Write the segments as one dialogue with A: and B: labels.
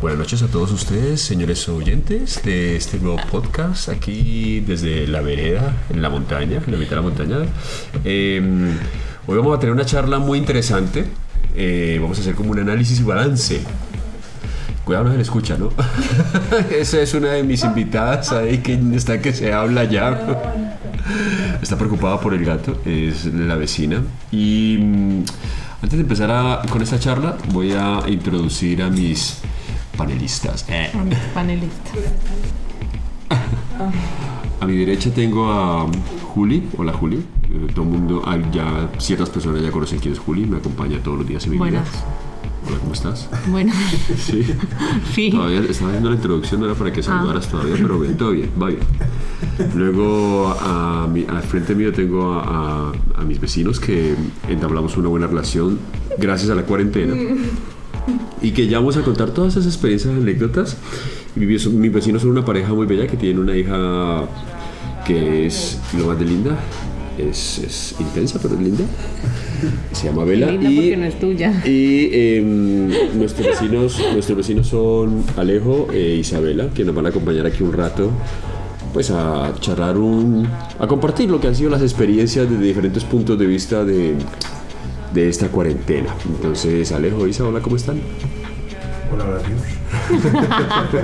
A: Buenas noches a todos ustedes, señores oyentes de este nuevo podcast aquí desde la vereda, en la montaña, en la mitad de la montaña. Eh, hoy vamos a tener una charla muy interesante. Eh, vamos a hacer como un análisis y balance. Cuidado, no se le escucha, ¿no? Esa es una de mis invitadas ahí que está que se habla ya. Está preocupada por el gato, es la vecina. Y mm, antes de empezar a- con esta charla, voy a introducir a mis panelistas. Eh,
B: A mi panelista.
A: A mi derecha tengo a Juli. Hola, Juli. Eh, todo el mundo, ah, ya ciertas personas ya conocen quién es Juli, me acompaña todos los días en mi
B: Buenas.
A: vida. Hola, ¿cómo estás?
B: Bueno,
A: Sí.
B: sí. Ah.
A: Todavía estaba haciendo la introducción, no era para que saludaras todavía, pero bien, todo bien, va bien. Luego a mi- al frente mío tengo a, a- a mis vecinos que entablamos una buena relación gracias a la cuarentena y que ya vamos a contar todas esas experiencias, anécdotas. Mi vie- Mis vecinos son una pareja muy bella que tiene una hija que es lo más de linda, es, es intensa pero es linda, se llama Vela.
B: Linda
A: y-
B: porque no es tuya.
A: y em, nuestros, vecinos, nuestros vecinos son Alejo e Isabela, que nos van a acompañar aquí un rato, pues a charlar un. a compartir lo que han sido las experiencias desde diferentes puntos de vista de, de esta cuarentena. Entonces, Alejo, Isa, hola, ¿cómo están?
C: Hola, Dios.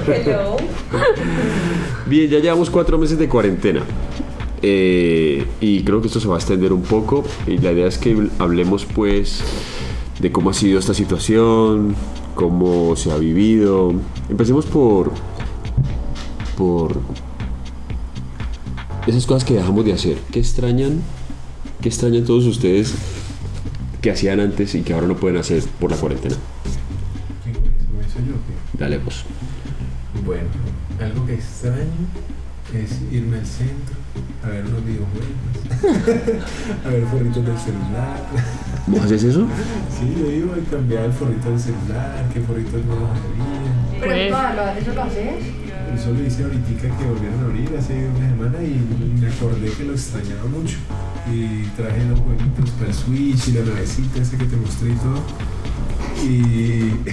D: Hello.
A: Bien, ya llevamos cuatro meses de cuarentena. Eh, y creo que esto se va a extender un poco. Y la idea es que hablemos pues de cómo ha sido esta situación, cómo se ha vivido. Empecemos por... por... Esas cosas que dejamos de hacer. ¿Qué extrañan? ¿Qué extrañan todos ustedes que hacían antes y que ahora no pueden hacer por la cuarentena?
C: ¿Qué comienzo? ¿Comienzo yo o
A: Dale, pues.
C: qué? Bueno, algo que extraño es irme al centro a ver unos videojuegos, a ver forritos del celular.
A: ¿Vos haces eso?
C: Sí, yo iba y cambiaba el forrito del celular, qué forritos nuevos había.
D: Pero
B: Pues-
D: pa, ¿lo- ¿eso lo haces?
C: Eso lo hice ahorita que volvieron a abrir hace una semana y me acordé que lo extrañaba mucho. Y traje los jueguitos para el Switch y la navecita esa que te mostré y todo. Y...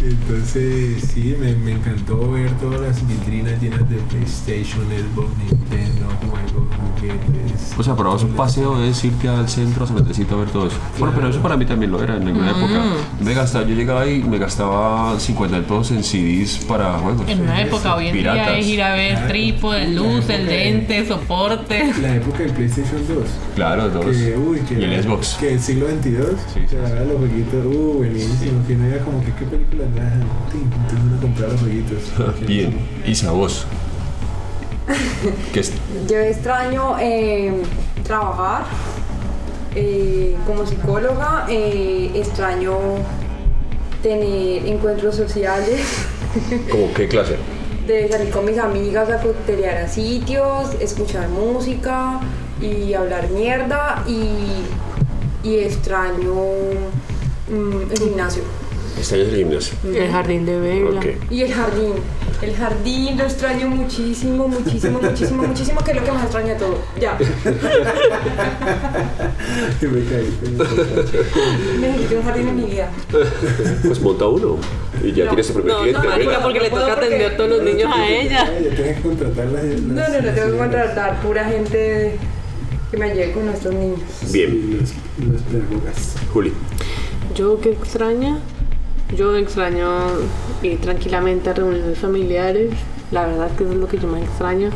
C: Entonces, sí, me, me encantó ver todas las vitrinas llenas de PlayStation, Xbox, Nintendo, juegos, juguetes.
A: O sea, probabas un paseo es irte al centro a San Andresito a ver todo eso. Bueno, pero eso para mí también lo era en
B: Mm.
A: alguna época. Me gastaba, yo llegaba y me gastaba 50 pesos en CDs para juegos.
B: En una época, hoy en
A: Piratas.
B: día es ir a ver trípode, luz, el lente, soporte.
C: La época del PlayStation 2.
A: Claro, todos.
C: Que, uy, que
A: y el
C: era-
A: Xbox.
C: Que el siglo XXII.
A: Sí, sí,
C: o sea, los jueguitos. Uh, buenísimo. Que no era como que qué película nada. Entonces uno compraba los jueguitos.
A: Bien. Isa, vos. Que es-
D: Yo extraño eh, trabajar eh, como psicóloga, eh, extraño tener encuentros sociales,
A: ¿Cómo qué clase?
D: de salir con mis amigas a coctelear a sitios, escuchar música y hablar mierda y, y extraño mm, el gimnasio.
A: Estás en el gimnasio.
B: El jardín de Bella.
A: Ok.
D: Y el jardín. El jardín lo extraño muchísimo, muchísimo, muchísimo, muchísimo, que es lo que más extraña de todo. Ya,
C: Y me caí. me caí.
D: necesito un jardín en mi vida.
A: Pues monta uno. Y ya
D: No,
A: tienes tu primer
D: no,
A: cliente.
D: no,
A: venga.
D: marica, porque le toca atender a todos
B: los niños a ella.
C: Ya tienes que contratar las. las-
D: No, no, no,
C: las
D: tengo que
C: señoras.
D: contratar pura gente que me ayude con nuestros niños.
A: Bien.
C: Sí, Los, los pedagogas.
A: Juli.
E: ¿Yo qué extraña? Yo extraño ir tranquilamente a reuniones familiares. La verdad que eso es lo que yo más extraño.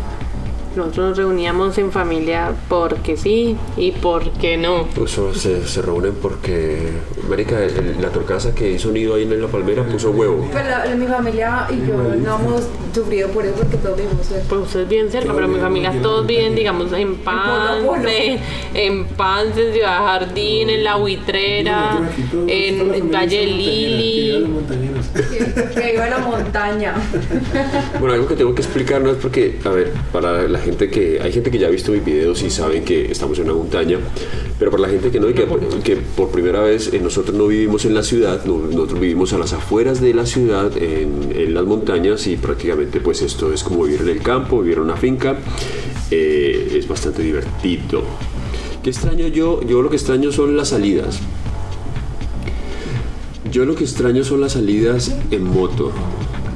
E: Nosotros nos reuníamos en familia porque sí y porque no.
A: Eso, se, se reúnen porque. América, la torcaza que hizo nido ahí en la palmera puso huevo.
D: Pero Pues la- la- mi familia y yo no hemos sufrido por eso porque todos vivimos cerca.
E: Pues ustedes bien cerca,
C: Todo
E: pero mi
C: bien,
E: familia
C: bien,
E: todos
C: bien.
E: viven, digamos, en
D: Polo,
E: Pance, en Pance, en Ciudad Jardín, en La Buitrera,
C: Nosotros aquí todos- todas las
E: en
C: familias
E: Valle
C: son montañeras, que vivan los
E: Lili.
C: montañeros.
D: Que- Que iba a la montaña.
A: Bueno, algo que tengo que explicar no es porque, a ver, para la gente que. Hay gente que ya ha visto mis videos y saben que estamos en una montaña, pero para la gente que no y que, que por primera vez eh, nosotros no vivimos en la ciudad, no- nosotros vivimos a las afueras de la ciudad, en, en las montañas, y prácticamente, pues esto es como vivir en el campo, vivir en una finca. eh, es bastante divertido. ¿Qué extraño yo? Yo lo que extraño son las salidas. Yo lo que extraño son las salidas en moto.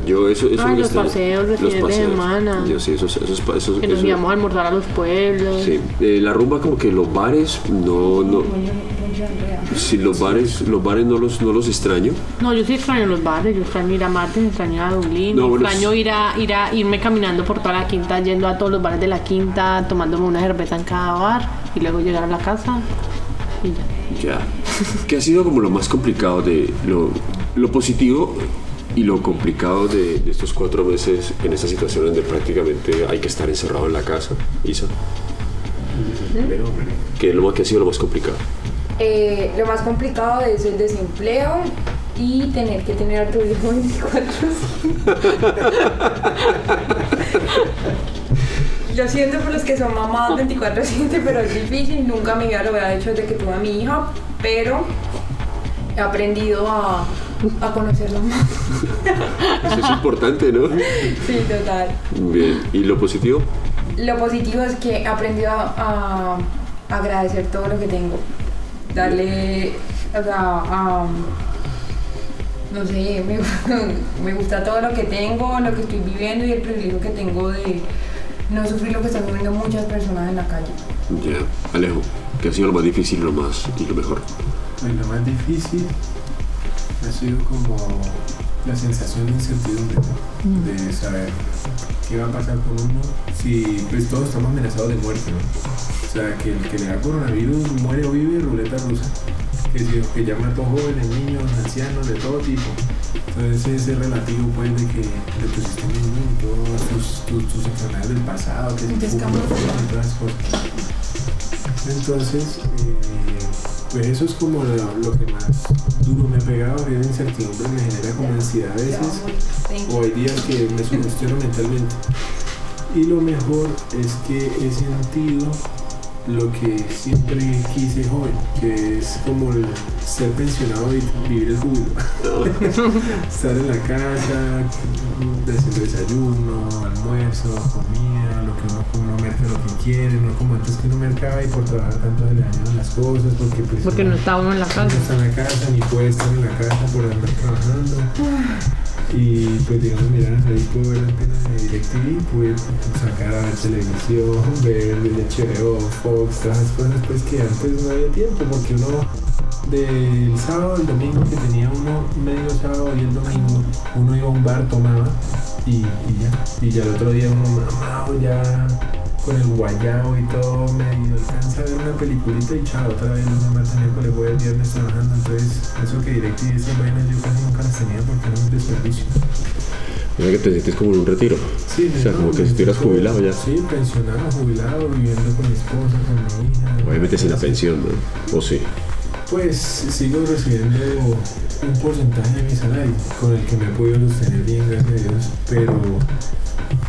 A: Yo eso, eso es
E: Ay,
A: lo que
E: Ah, los
A: extraño.
E: paseos de
A: Los
E: fines de
A: paseos.
E: semana.
A: Yo sí, esos, esos, pa- esos-
E: Que nos
A: esos-
E: íbamos a almorzar a los pueblos.
A: Sí, eh, la rumba como que los bares no, no, sí, los bares, los bares no los, no los extraño.
E: No, yo sí extraño los bares, yo extraño ir a Martes, extraño ir a Dublín,
A: No, bueno,
E: extraño
A: es-
E: ir a, ir a irme caminando por toda la quinta, yendo a todos los bares de la quinta, tomándome una cerveza en cada bar y luego llegar a la casa y ya.
A: Ya. ¿Qué ha sido como lo más complicado de lo, lo positivo y lo complicado de, de estos cuatro meses en esta situación donde prácticamente hay que estar encerrado en la casa, Isa?
E: ¿Eh?
A: ¿Qué es lo más que ha sido lo más complicado?
D: Eh, lo más complicado es el desempleo y tener que tener a tu hijo 24 Lo siento por los que son mamás 24-7, pero es difícil. Nunca me había lo hubiera hecho desde que tuve a mi hija, pero he aprendido a, a conocerla más.
A: Eso es importante, ¿no?
D: Sí, total.
A: Bien. ¿Y lo positivo?
D: Lo positivo es que he aprendido a, a agradecer todo lo que tengo. Darle, o sea, a- no sé, me, me gusta todo lo que tengo, lo que estoy viviendo y el privilegio que tengo de no sufrir lo que están sufriendo muchas personas en la calle.
A: Ya. Alejo, ¿qué ha sido lo más difícil, lo más y lo mejor?
C: Pues lo más difícil ha sido como la sensación de incertidumbre, ¿no? de saber qué va a pasar con uno si pues todos estamos amenazados de muerte, ¿no? O sea, que el que le da coronavirus muere o vive ruleta rusa. Que, si, que ya mató jóvenes, niños, ancianos, de todo tipo. Entonces es relativo pues de que de tu sistema inmune, todas tus, tus, tus enfermedades del pasado, que si
D: Entonces,
C: fuma,
D: camufla.
C: y todas esas cosas. Entonces, eh, pues eso es como lo, lo que más duro me ha pegado, es la incertidumbre, me genera como ansiedad a veces, o hay días que me sugestiono mentalmente. Y lo mejor es que he sentido lo que siempre quise joven, que es como el ser pensionado y vivir el júbilo. Estar en la casa, hacer desayuno, almuerzo, comida, lo que uno, uno merca lo que quiere, no como antes que uno mercaba y por trabajar tanto se le dañaban las cosas, porque pues
E: Porque no está uno en la
C: no
E: casa.
C: está en la casa, ni puede estar en la casa por andar trabajando. Y pues digamos, mirar ahí pude ver antenas de DirecTV, pude sacar a ver televisión, ver de HBO, Fox, todas esas cosas pues que antes no había tiempo, porque uno del sábado al domingo que tenía uno medio sábado y el domingo, uno iba a un bar, tomaba y, y ya. Y ya el otro día uno mamado ya con el guayabo y todo, medio alcanza a ver una peliculita y chao, otra vez los demás miércoles, jueves, viernes trabajando, entonces eso que directo y esas vainas yo casi nunca las tenía porque era un desperdicio.
A: O sea, que te sientes como en un retiro.
C: Sí,
A: O sea,
C: no,
A: como que
C: me
A: si estuvieras
C: siento-
A: jubilado ya.
C: Sí, pensionado, jubilado, viviendo con mi esposa, con mi hija.
A: Obviamente sin la pensión, ¿no? O sí.
C: Pues sigo recibiendo un porcentaje de mi salario con el que me he podido sostener bien, gracias a Dios, pero,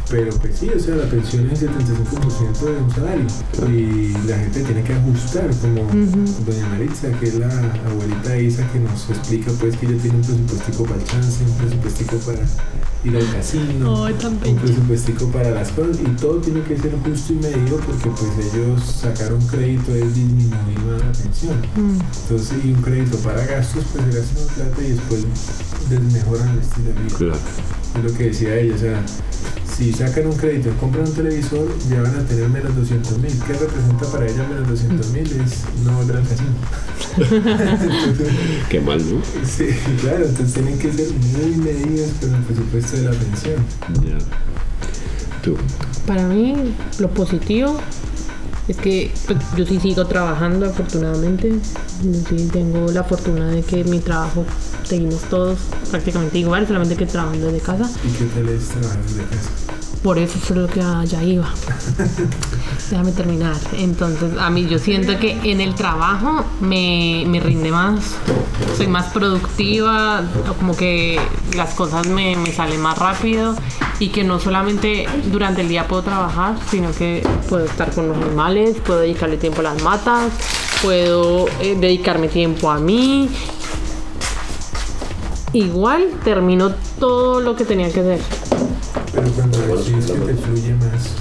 C: pero pues sí, o sea, la pensión es el 75% de un salario y la gente tiene que ajustar, como doña Maritza, que es la abuelita de Isa, que nos explica pues que ella tiene un presupuestico para el chance, un presupuestico para ir al casino,
E: Ay, tan
C: un
E: bella.
C: presupuestico pues, para las cosas y todo tiene que ser justo y medido porque pues ellos sacaron crédito es disminuir más la pensión.
E: Mm.
C: Entonces, y un crédito para gastos, pues se gastan la plata y después desmejoran el estilo de vida.
A: Claro.
C: Es lo que decía ella, o sea, si sacan un crédito y compran un televisor, ya van a tener menos 200 mil. ¿Qué representa para ella menos 200 mil? Es no volver al casino. Entonces,
A: Qué mal, ¿no?
C: sí, claro, entonces tienen que ser muy medidas con el presupuesto de la pensión.
A: Ya. Tú.
E: Para mí, lo positivo es que pues, yo sí sigo trabajando, afortunadamente. Yo sí tengo la fortuna de que mi trabajo seguimos todos prácticamente igual, solamente que trabajando desde casa.
C: ¿Y qué tal es trabajar desde casa?
E: Por eso es lo que allá iba. Déjame terminar. Entonces, a mí yo siento que en el trabajo me, me rinde más, soy más productiva, como que las cosas me, me salen más rápido y que no solamente durante el día puedo trabajar, sino que puedo estar con los animales, puedo dedicarle tiempo a las matas, puedo eh, dedicarme tiempo a mí. Igual termino todo lo que tenía que hacer.
C: Pero cuando decís que te fluye más,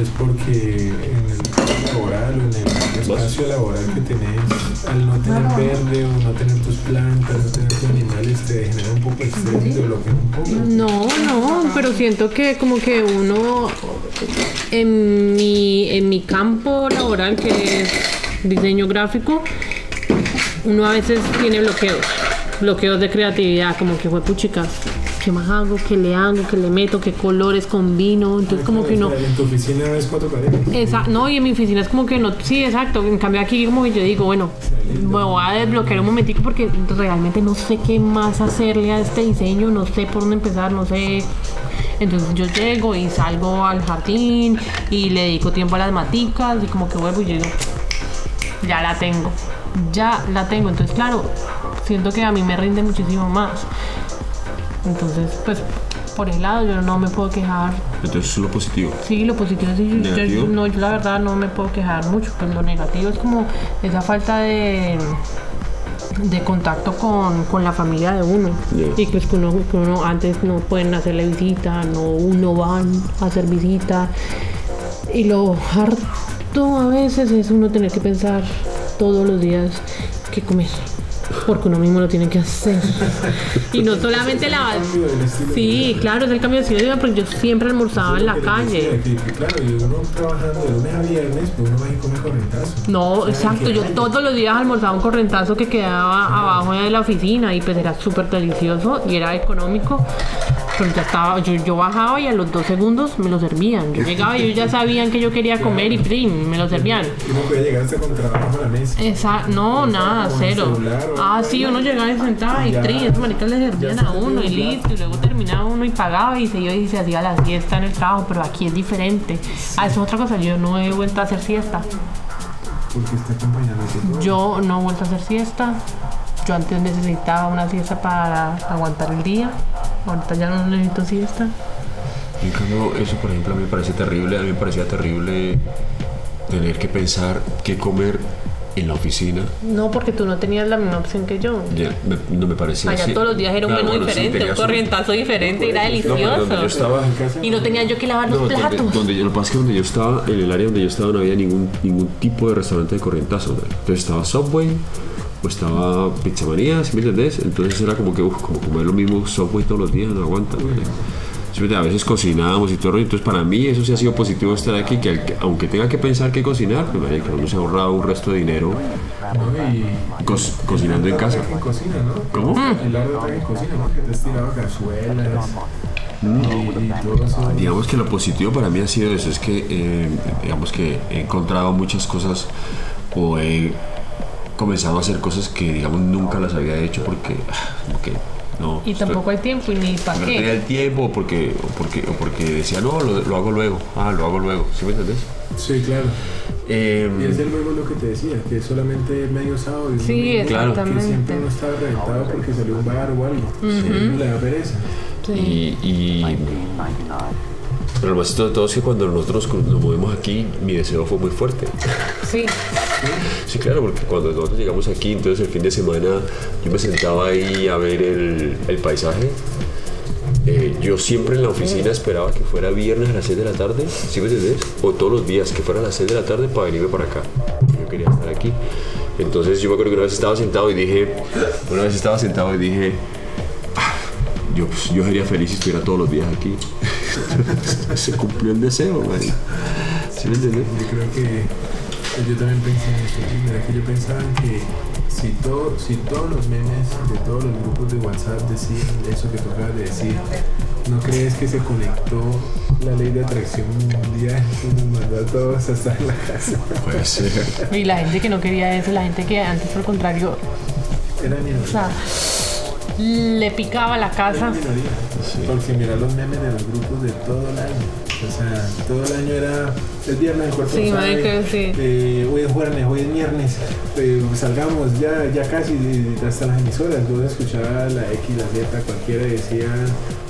C: es porque en el trabajo laboral o en el espacio laboral que tenés, al no tener verde o no tener tus plantas, no tener tu se genera un poco el estrés y te bloquea un poco.
E: No, no, pero siento que como que uno en mi, en mi campo laboral que es diseño gráfico, uno a veces tiene bloqueos, bloqueos de creatividad, como que fue puchica, ¿qué más hago? ¿Qué le hago? ¿Qué le meto? ¿Qué colores combino? Entonces como que uno...
C: En tu oficina ves cuatro paredes.
E: Esa- no, y en mi oficina es como que no, sí, exacto. En cambio aquí como que yo digo, bueno, me voy a desbloquear un momentico porque realmente no sé qué más hacerle a este diseño, no sé por dónde empezar, no sé. Entonces yo llego y salgo al jardín y le dedico tiempo a las maticas y como que vuelvo y yo digo, ya la tengo, ya la tengo. Entonces claro, siento que a mí me rinde muchísimo más. Entonces, pues por el lado yo no me puedo quejar
A: Entonces, eso es lo positivo.
E: Sí, lo positivo es yo- yo,
A: ¿Negativo?
E: no, yo la verdad no me puedo quejar mucho, pero lo negativo es como esa falta de de contacto con, con la familia de uno
A: Ya.
E: y pues que uno, que uno antes no pueden hacerle visita, no, no van a hacer visita y lo harto a veces es uno tener que pensar todos los días qué comer porque uno mismo lo tiene que hacer y no solamente la
C: Cambio del estilo
E: Sí, claro, es el cambio de ciudad, porque yo siempre almorzaba en la
C: Lo que te decía,
E: calle.
C: que- que Claro, y uno trabajando de lunes a viernes, pues uno va y come correntazo.
E: No, exacto, yo todos los días almorzaba un correntazo que quedaba abajo de la oficina y pues era súper delicioso y era económico. Pero ya estaba, yo, yo bajaba y a los dos segundos me lo servían. Yo llegaba y ellos ya sabían que yo quería comer y prim, me lo servían.
C: Uno puede llegar hasta con trabajo a la
E: Eh.
C: mesa.
E: Esa, no, nada,
C: con el
E: cero.
C: celular o-
E: Ah, sí, uno llegaba y sentaba y
C: Ya.
E: tres, esos maricas le servían
C: Ya se
E: a uno y
C: te dio un
E: listo, y luego terminaba uno y pagaba y se iba y se hacía la siesta en el trabajo, pero aquí es diferente. Ah, eso es otra cosa, yo no he vuelto a hacer siesta.
C: Porque está acompañando a todo.
E: Yo no he vuelto a hacer siesta. Yo antes necesitaba una siesta para aguantar el día. Ahorita ya no necesito siesta.
A: En cambio, eso, por ejemplo, a mí me parece terrible. A mí me parecía terrible tener que pensar qué comer en la oficina.
E: No, porque tú no tenías la misma opción que yo.
A: Ya, me- no me parecía
E: Allá
A: así.
E: todos los días era un
A: Claro,
E: menú
A: bueno, sí,
E: diferente,
A: tenía
E: un
A: su-
E: corrientazo diferente,
A: No,
E: era
A: pero
E: delicioso.
A: donde yo estaba...
C: En casa,
E: Y no tenía yo que lavar los
A: No, donde,
E: platos.
A: donde yo, lo que pasa es que donde yo estaba, en el área donde yo estaba, no había ningún, ningún tipo de restaurante de corrientazo. ¿no? Entonces estaba Subway o estaba Pizza Manía, ¿sí me entendés? Entonces era como que, uf, como comer lo mismo Subway todos los días, no aguanta. ¿no? Sí, ¿me entiendes? a veces cocinábamos y todo el rollo. Entonces para mí eso sí ha sido positivo estar aquí, que, al- que aunque tenga que pensar que cocinar, pues marica, uno se ha ahorrado un resto de dinero
C: ¿no? Y
A: cos- cocinando en casa.
C: en cocina, ¿no?
A: ¿Cómo?
C: El largo ataque en cocina, ¿no? Que te has tirado cazuelas Mm, y, y todo eso.
A: Digamos que lo positivo para mí ha sido eso, es que eh, digamos que he encontrado muchas cosas o he comenzado a hacer cosas que digamos nunca las había hecho porque ah, como que no
E: Y
A: estoy-
E: tampoco hay tiempo y ni para
A: porque no tenía
E: qué.
A: el tiempo o porque o porque o porque decía no lo, lo hago luego ah lo hago luego ¿sí me entendés?
C: Sí, claro.
A: Eh,
C: Y es el luego lo que te decía, que es solamente medio sábado y
E: Sí,
C: domingo,
A: Claro.
C: que siempre
E: exactamente.
C: uno está reventado porque salió a un bar o algo. Sí, Le da pereza.
E: Sí.
A: y, y- pero lo más de todo es que cuando nosotros nos movimos aquí mi deseo fue muy fuerte
E: Sí.
A: Sí, claro, porque cuando nosotros llegamos aquí, entonces el fin de semana yo me sentaba ahí a ver el, el paisaje. Eh, yo siempre en la oficina esperaba que fuera viernes a las 6 de la tarde, ¿sí me entendés? O todos los días, que fuera a las 6 de la tarde para venirme para acá. Yo quería estar aquí. Entonces yo me acuerdo que una vez estaba sentado y dije, una vez estaba sentado y dije, "Ah, yo, pues, yo sería feliz si estuviera todos los días aquí. Se cumplió el deseo, man. ¿Sí me entendés?
C: Yo creo que pues, yo también pensé en eso. y Mira que yo pensaba que si, todo, si todos los memes de todos los grupos de WhatsApp decían eso que tú acabas de decir, ¿no crees que se conectó la ley de atracción mundial y nos mandó a todos a estar en la casa?
A: Puede ser.
E: Y la gente que no quería eso, la gente que antes por el contrario,
C: Era
E: o
C: minoría.
E: sea, le picaba la
C: Era
E: casa.
C: minoría.
A: Sí.
C: Ah. Porque mira los memes de los grupos de todo el año. O sea, todo el año era el viernes, el cuerpo
E: Sí,
C: lo sabe,
E: marica, sí.
C: eh, hoy es viernes, hoy es viernes, eh, salgamos ya, ya casi eh, hasta las emisoras, yo escuchaba la X, la Z, cualquiera y decía,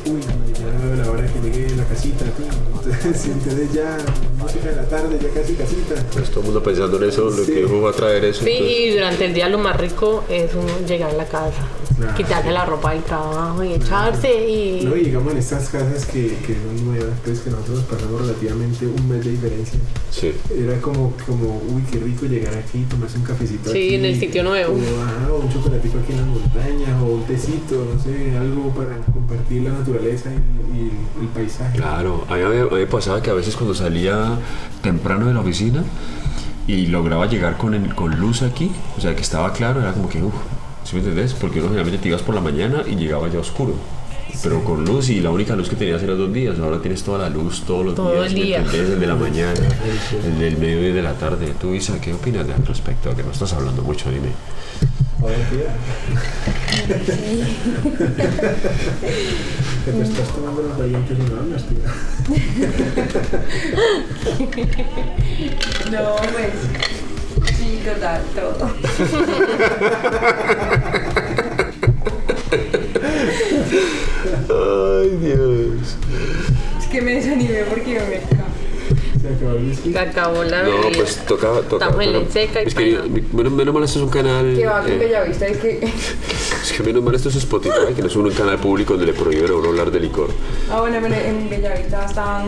C: uy, no, ya veo la hora que llegué a la casita, tío, si ustedes ya, música de la tarde, ya casi casita.
A: Pues todo el mundo pensando en eso, lo
C: Sí.
A: que dijo va a traer eso.
E: Sí,
A: entonces-
E: y durante el día lo más rico es uno llegar a la casa,
C: Nah,
E: quitarse
C: sí.
E: la ropa del trabajo y echarse y...
C: No, y digamos en estas casas que, que son nuevas, pues que nosotros pasamos relativamente un mes de diferencia.
A: Sí.
C: Era como, como uy, qué rico llegar aquí, tomarse un cafecito.
E: Sí,
C: aquí,
E: en el sitio nuevo.
C: O, ajá, o un chocolatico aquí en las montañas, o un tecito, no sé, algo para compartir la naturaleza y, y el paisaje.
A: Claro, a mí, me- a mí me pasaba que a veces cuando salía temprano de la oficina y lograba llegar con, el- con luz aquí, o sea que estaba claro, era como que, uff, ¿sí me entendés? Porque uno generalmente te ibas por la mañana y llegaba ya oscuro. Pero con luz y la única luz que tenías eran dos días, ahora tienes toda la luz todos los
B: Todo
A: días,
B: el
A: ¿me
B: día.
A: entendés? el de la mañana, el del mediodía y de la tarde. Tú, Isa, ¿qué opinas al respecto? Que no estás hablando mucho, dime.
C: Joder, tía. Te me estás tomando los valientes y no hablas, tía.
D: No, pues. Sí, total, todo.
A: Ay, Dios.
D: Es que me desanimé porque yo me
C: Se acabó el whisky.
E: Se acabó la
A: No,
E: bebida.
A: pues toca, toca.
E: Estamos en
A: pero-
E: leche seca y
A: es que
E: pan.
A: menos, menos mal esto es un canal...
D: Que va
A: eh,
D: con Bella Vista, es que.
A: Es que menos mal esto es Spotify, que no es un canal público donde le prohíben a uno hablar de licor.
D: Ah, bueno, pero en Bella Vista están.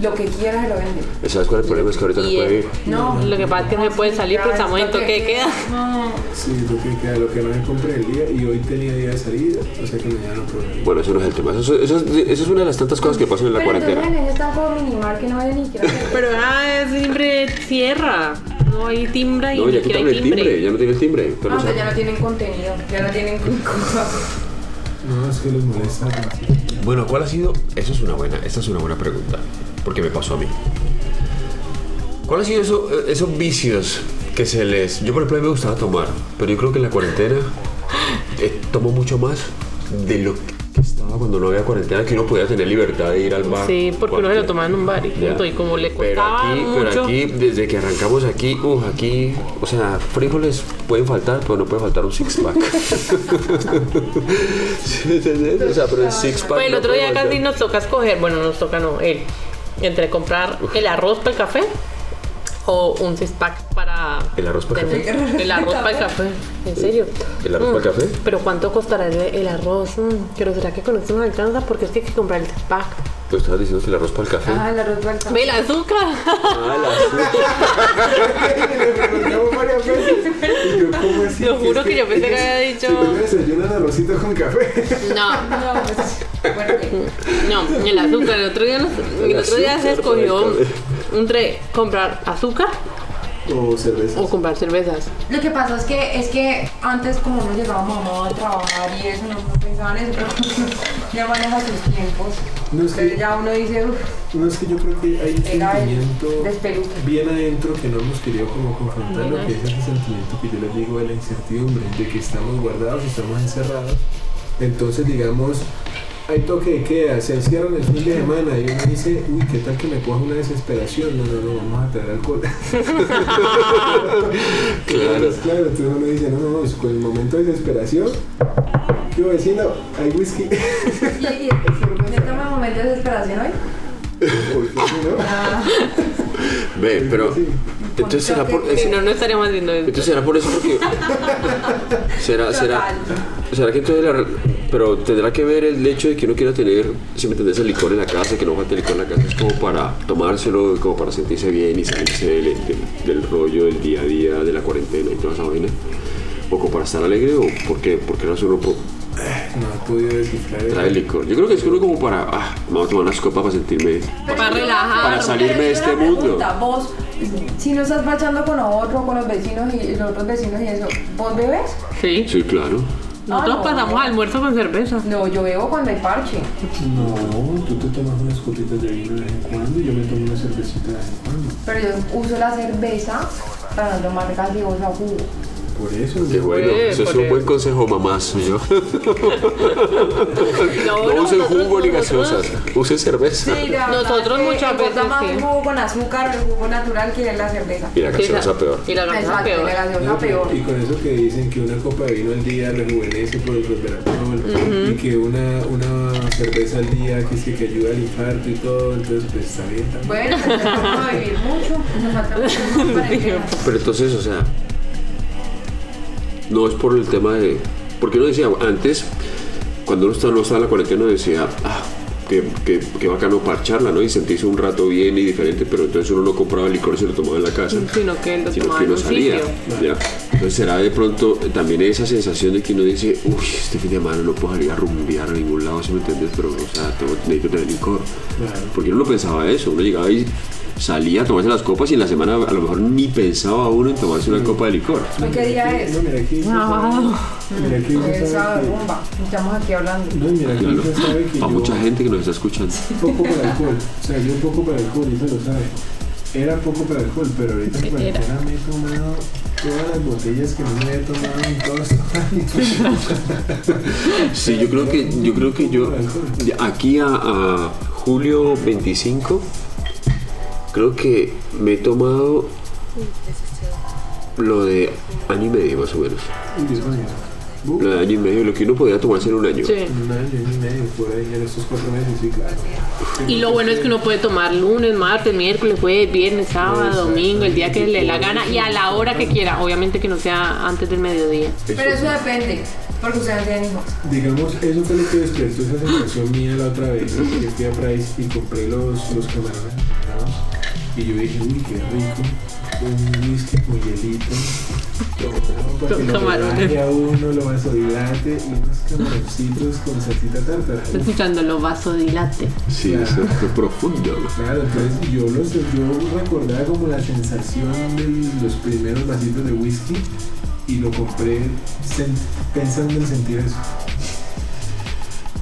D: Lo que quieras se lo venden.
A: ¿Sabes cuál es el problema? Es que ahorita no
E: Y
A: puede
E: el-
A: ir.
D: No.
E: Lo que pasa es que no se puede salir, pues estamos en toque de queda.
D: No.
C: Sí, lo que queda, lo que no me compré el día y hoy tenía día de salida, o sea que mañana no probé.
A: Bueno, eso no es el tema. Eso, eso es, eso es una de las tantas cosas que pasan en la
D: Pero entonces en
A: cuarentena.
D: ese están como minimar que no vayan ni siquiera.
E: Pero ah, siempre cierra. No hay timbra y
A: No,
E: ni
A: ya
E: siquiera
A: quitaron
E: hay
A: el timbre, ya no tiene el timbre. Pero no
D: No, o sea,
A: sabe.
D: Ah, pues ya no tienen contenido, ya no tienen cosas.
C: No, es que los molesta. demasiado.
A: Bueno, ¿cuál ha sido? Eso es una buena, esta es una buena pregunta, porque me pasó a mí. ¿Cuál ha sido eso- eh, esos vicios que se les... Yo por ejemplo a mí me gustaba tomar, pero yo creo que en la cuarentena eh, tomo mucho más de lo que estaba cuando no había cuarentena, que uno podía tener libertad de ir al bar.
E: Sí, porque uno se lo
A: Cualquier-
E: tomaba en un bar y
A: Ya.
E: punto, y como le
A: Pero
E: costaba
A: aquí,
E: mucho...
A: pero aquí, desde que arrancamos aquí, uh, aquí, o sea, frijoles pueden faltar, pero no puede faltar un six pack. ¿Sí me entendés? O sea, pero el six pack.
E: Pues el
A: no
E: otro
A: puede
E: día casi
A: faltar.
E: nos toca escoger, bueno, nos toca no, él, entre comprar el arroz para el café o un six pack para...
A: ¿El arroz para el café?
E: Pues café? El arroz para el café, en serio.
A: ¿El arroz
E: Mm,
A: para el café?
E: Pero ¿cuánto costará el, el arroz? Mm, pero ¿será que con esto nos alcanza? Porque es que hay que comprar el six pack.
A: Tú estabas diciendo que el arroz para el café.
D: Ah, la ropa
E: ¡Ve el azúcar!
A: Ah, el azúcar.
C: Y le preguntamos varias veces. Y yo, ¿cómo así?
E: Lo juro que yo pensé que había dicho-
C: Si tú desayunas pues, arrocito con café.
E: No,
D: No, pues. Bueno,
E: No, el azúcar. El otro día, nos- el otro día se
A: azúcar,
E: escogió
A: por el
E: entre comprar azúcar
C: O cerveza.
E: o comprar cervezas.
D: Lo que pasa es que, es que antes como uno llegaba mamá a trabajar y eso, no pensaba en eso, pero ya maneja sus tiempos.
C: No, es que-
D: Entonces ya uno dice, uff,
C: No es que yo creo que hay un
D: Pega el
C: sentimiento
D: despeluque.
C: bien adentro que no hemos querido como confrontar lo que es ese sentimiento que yo les digo de la incertidumbre, de que estamos guardados, estamos encerrados. Entonces, digamos, hay toque de queda, se encierran el fin de semana y uno dice, uy, ¿qué tal que me coja una desesperación? No, no, no, vamos a traer alcohol.
A: Claro.
C: claro, entonces uno dice, no, no, no, es con el momento de desesperación, yo vecino, hay whisky.
D: y, y yo tomé un momento de desesperación hoy.
C: ¿Por qué no?
D: Ah,
A: Ve, pero.
C: Sí.
A: Entonces será por.
E: Si
A: es-
E: no, no estaríamos haciendo esto.
A: Entonces será por eso porque. Será, será. ¿Será que entonces la- Pero tendrá que ver el hecho de que uno quiera tener, si me entendés, el licor en la casa, que no falte licor en la casa, es como para tomárselo, como para sentirse bien y salirse del, del- del rollo del día a día, de la cuarentena y toda esa vaina. O como para estar alegre, o porque, porque no es uno po-
C: No he podido descifrar eso.
A: trae licor. Yo creo que es uno como para, ah, vamos a tomar unas copas para sentirme.
E: Para relajar.
A: Para salirme
D: Pero
A: de
D: es
A: este
D: una
A: mundo.
D: pregunta, Vos, si no estás bachando con otro, con los vecinos y los otros vecinos y eso, ¿vos bebes?
E: Sí.
A: Sí, claro.
E: Nosotros
D: Ah, no.
E: pasamos almuerzo con cerveza.
D: No, yo bebo cuando hay parche.
C: No, tú te tomas unas copitas de vino de vez en cuando y yo me tomo una cervecita de vez en cuando.
D: Pero yo uso la cerveza para no tomar gaseosa o jugo.
C: por eso.
A: Qué Pues bueno,
E: Bien,
A: eso es
E: por
A: un buen
E: eso.
A: consejo, mamás. yo.
E: No,
A: No
E: no,
A: usen
E: nosotros-
A: jugo ni
E: nosotros-
A: gaseosas, usen cerveza.
D: Sí, la verdad
E: Nosotros
D: que
E: muchas
D: importa
E: veces
D: más
E: sí.
D: un jugo con azúcar o un jugo natural que la cerveza.
A: Y la gaseosa peor.
E: Y la gaseosa
D: Exacto,
E: peor.
D: la gaseosa
C: No, pero-
D: peor.
C: Y con eso que dicen que una copa de vino al día rejuvenece por el resveratrol y que una, una cerveza al día que, sí que ayuda al infarto y todo, entonces pues está bien también.
D: Bueno, pues, vamos a vivir mucho, nos falta mucho más para llegar.
A: Pero entonces, o sea, no es por el tema de. Porque uno decía, antes, cuando uno estaba, no estaba en la cuarentena, uno decía, ah, qué, qué- qué bacano parcharla, ¿no? Y sentirse un rato bien y diferente, pero entonces uno no compraba el licor y se lo tomaba en la casa.
E: Sino que lo
A: sino
E: tomaba
A: que
E: en
A: uno
E: un
A: salía.
E: sitio.
A: ¿ya? Entonces será de pronto también esa sensación de que uno dice, uy, este fin de semana no puedo salir a rumbear a ningún lado, si me entiendes? Pero, o sea, tengo, necesito tener licor.
C: Claro.
A: Porque uno no pensaba eso, uno llegaba y salía a tomarse las copas y en la semana a lo mejor ni pensaba uno en tomarse una copa de licor.
D: ¿Hoy qué día es?
C: No, mira aquí. Mira aquí.
D: El sábado,
C: sabe
D: bomba. Estamos aquí hablando.
C: que- No, mira aquí.
A: Claro.
C: ya sabe que
A: A
C: yo
A: mucha gente que nos está escuchando.
C: poco para alcohol. O sea, yo poco para alcohol, y eso lo sabe. Era poco para alcohol, pero ahorita en cuarentena me he tomado todas las botellas que no me he tomado en todos estos años.
A: Sí, yo creo que yo creo que yo de aquí a, a julio 25 creo que me he tomado lo de año y medio más o menos.
C: Y Dios mío. Uh,
A: Lo de año y medio, lo que uno podía tomarse en un año.
E: Sí.
C: Un año y medio por ahí en estos cuatro meses, sí, claro.
E: Y lo bueno es que uno puede tomar lunes, martes, miércoles, jueves, viernes, sábado, domingo, el día que le dé la gana y a la hora que quiera. Obviamente que no sea antes del mediodía.
D: Pero eso depende, porque ustedes tienen hijos.
C: Digamos, eso fue lo que despertó esa sensación mía la otra vez. Que fui a Price y compré los, los camarones congelados. Y yo dije, uy, qué rico. Un whisky con hielito. Todo, para
E: Con
C: que lo
E: camarones.
C: relaje a uno, lo vasodilate y unos camaroncitos con salsita tártara.
E: Estoy escuchando los vasodilate.
A: Sí, eso es profundo.
C: Claro, entonces yo, los, yo recordaba como la sensación de los primeros vasitos de whisky y lo compré sen- pensando en sentir eso.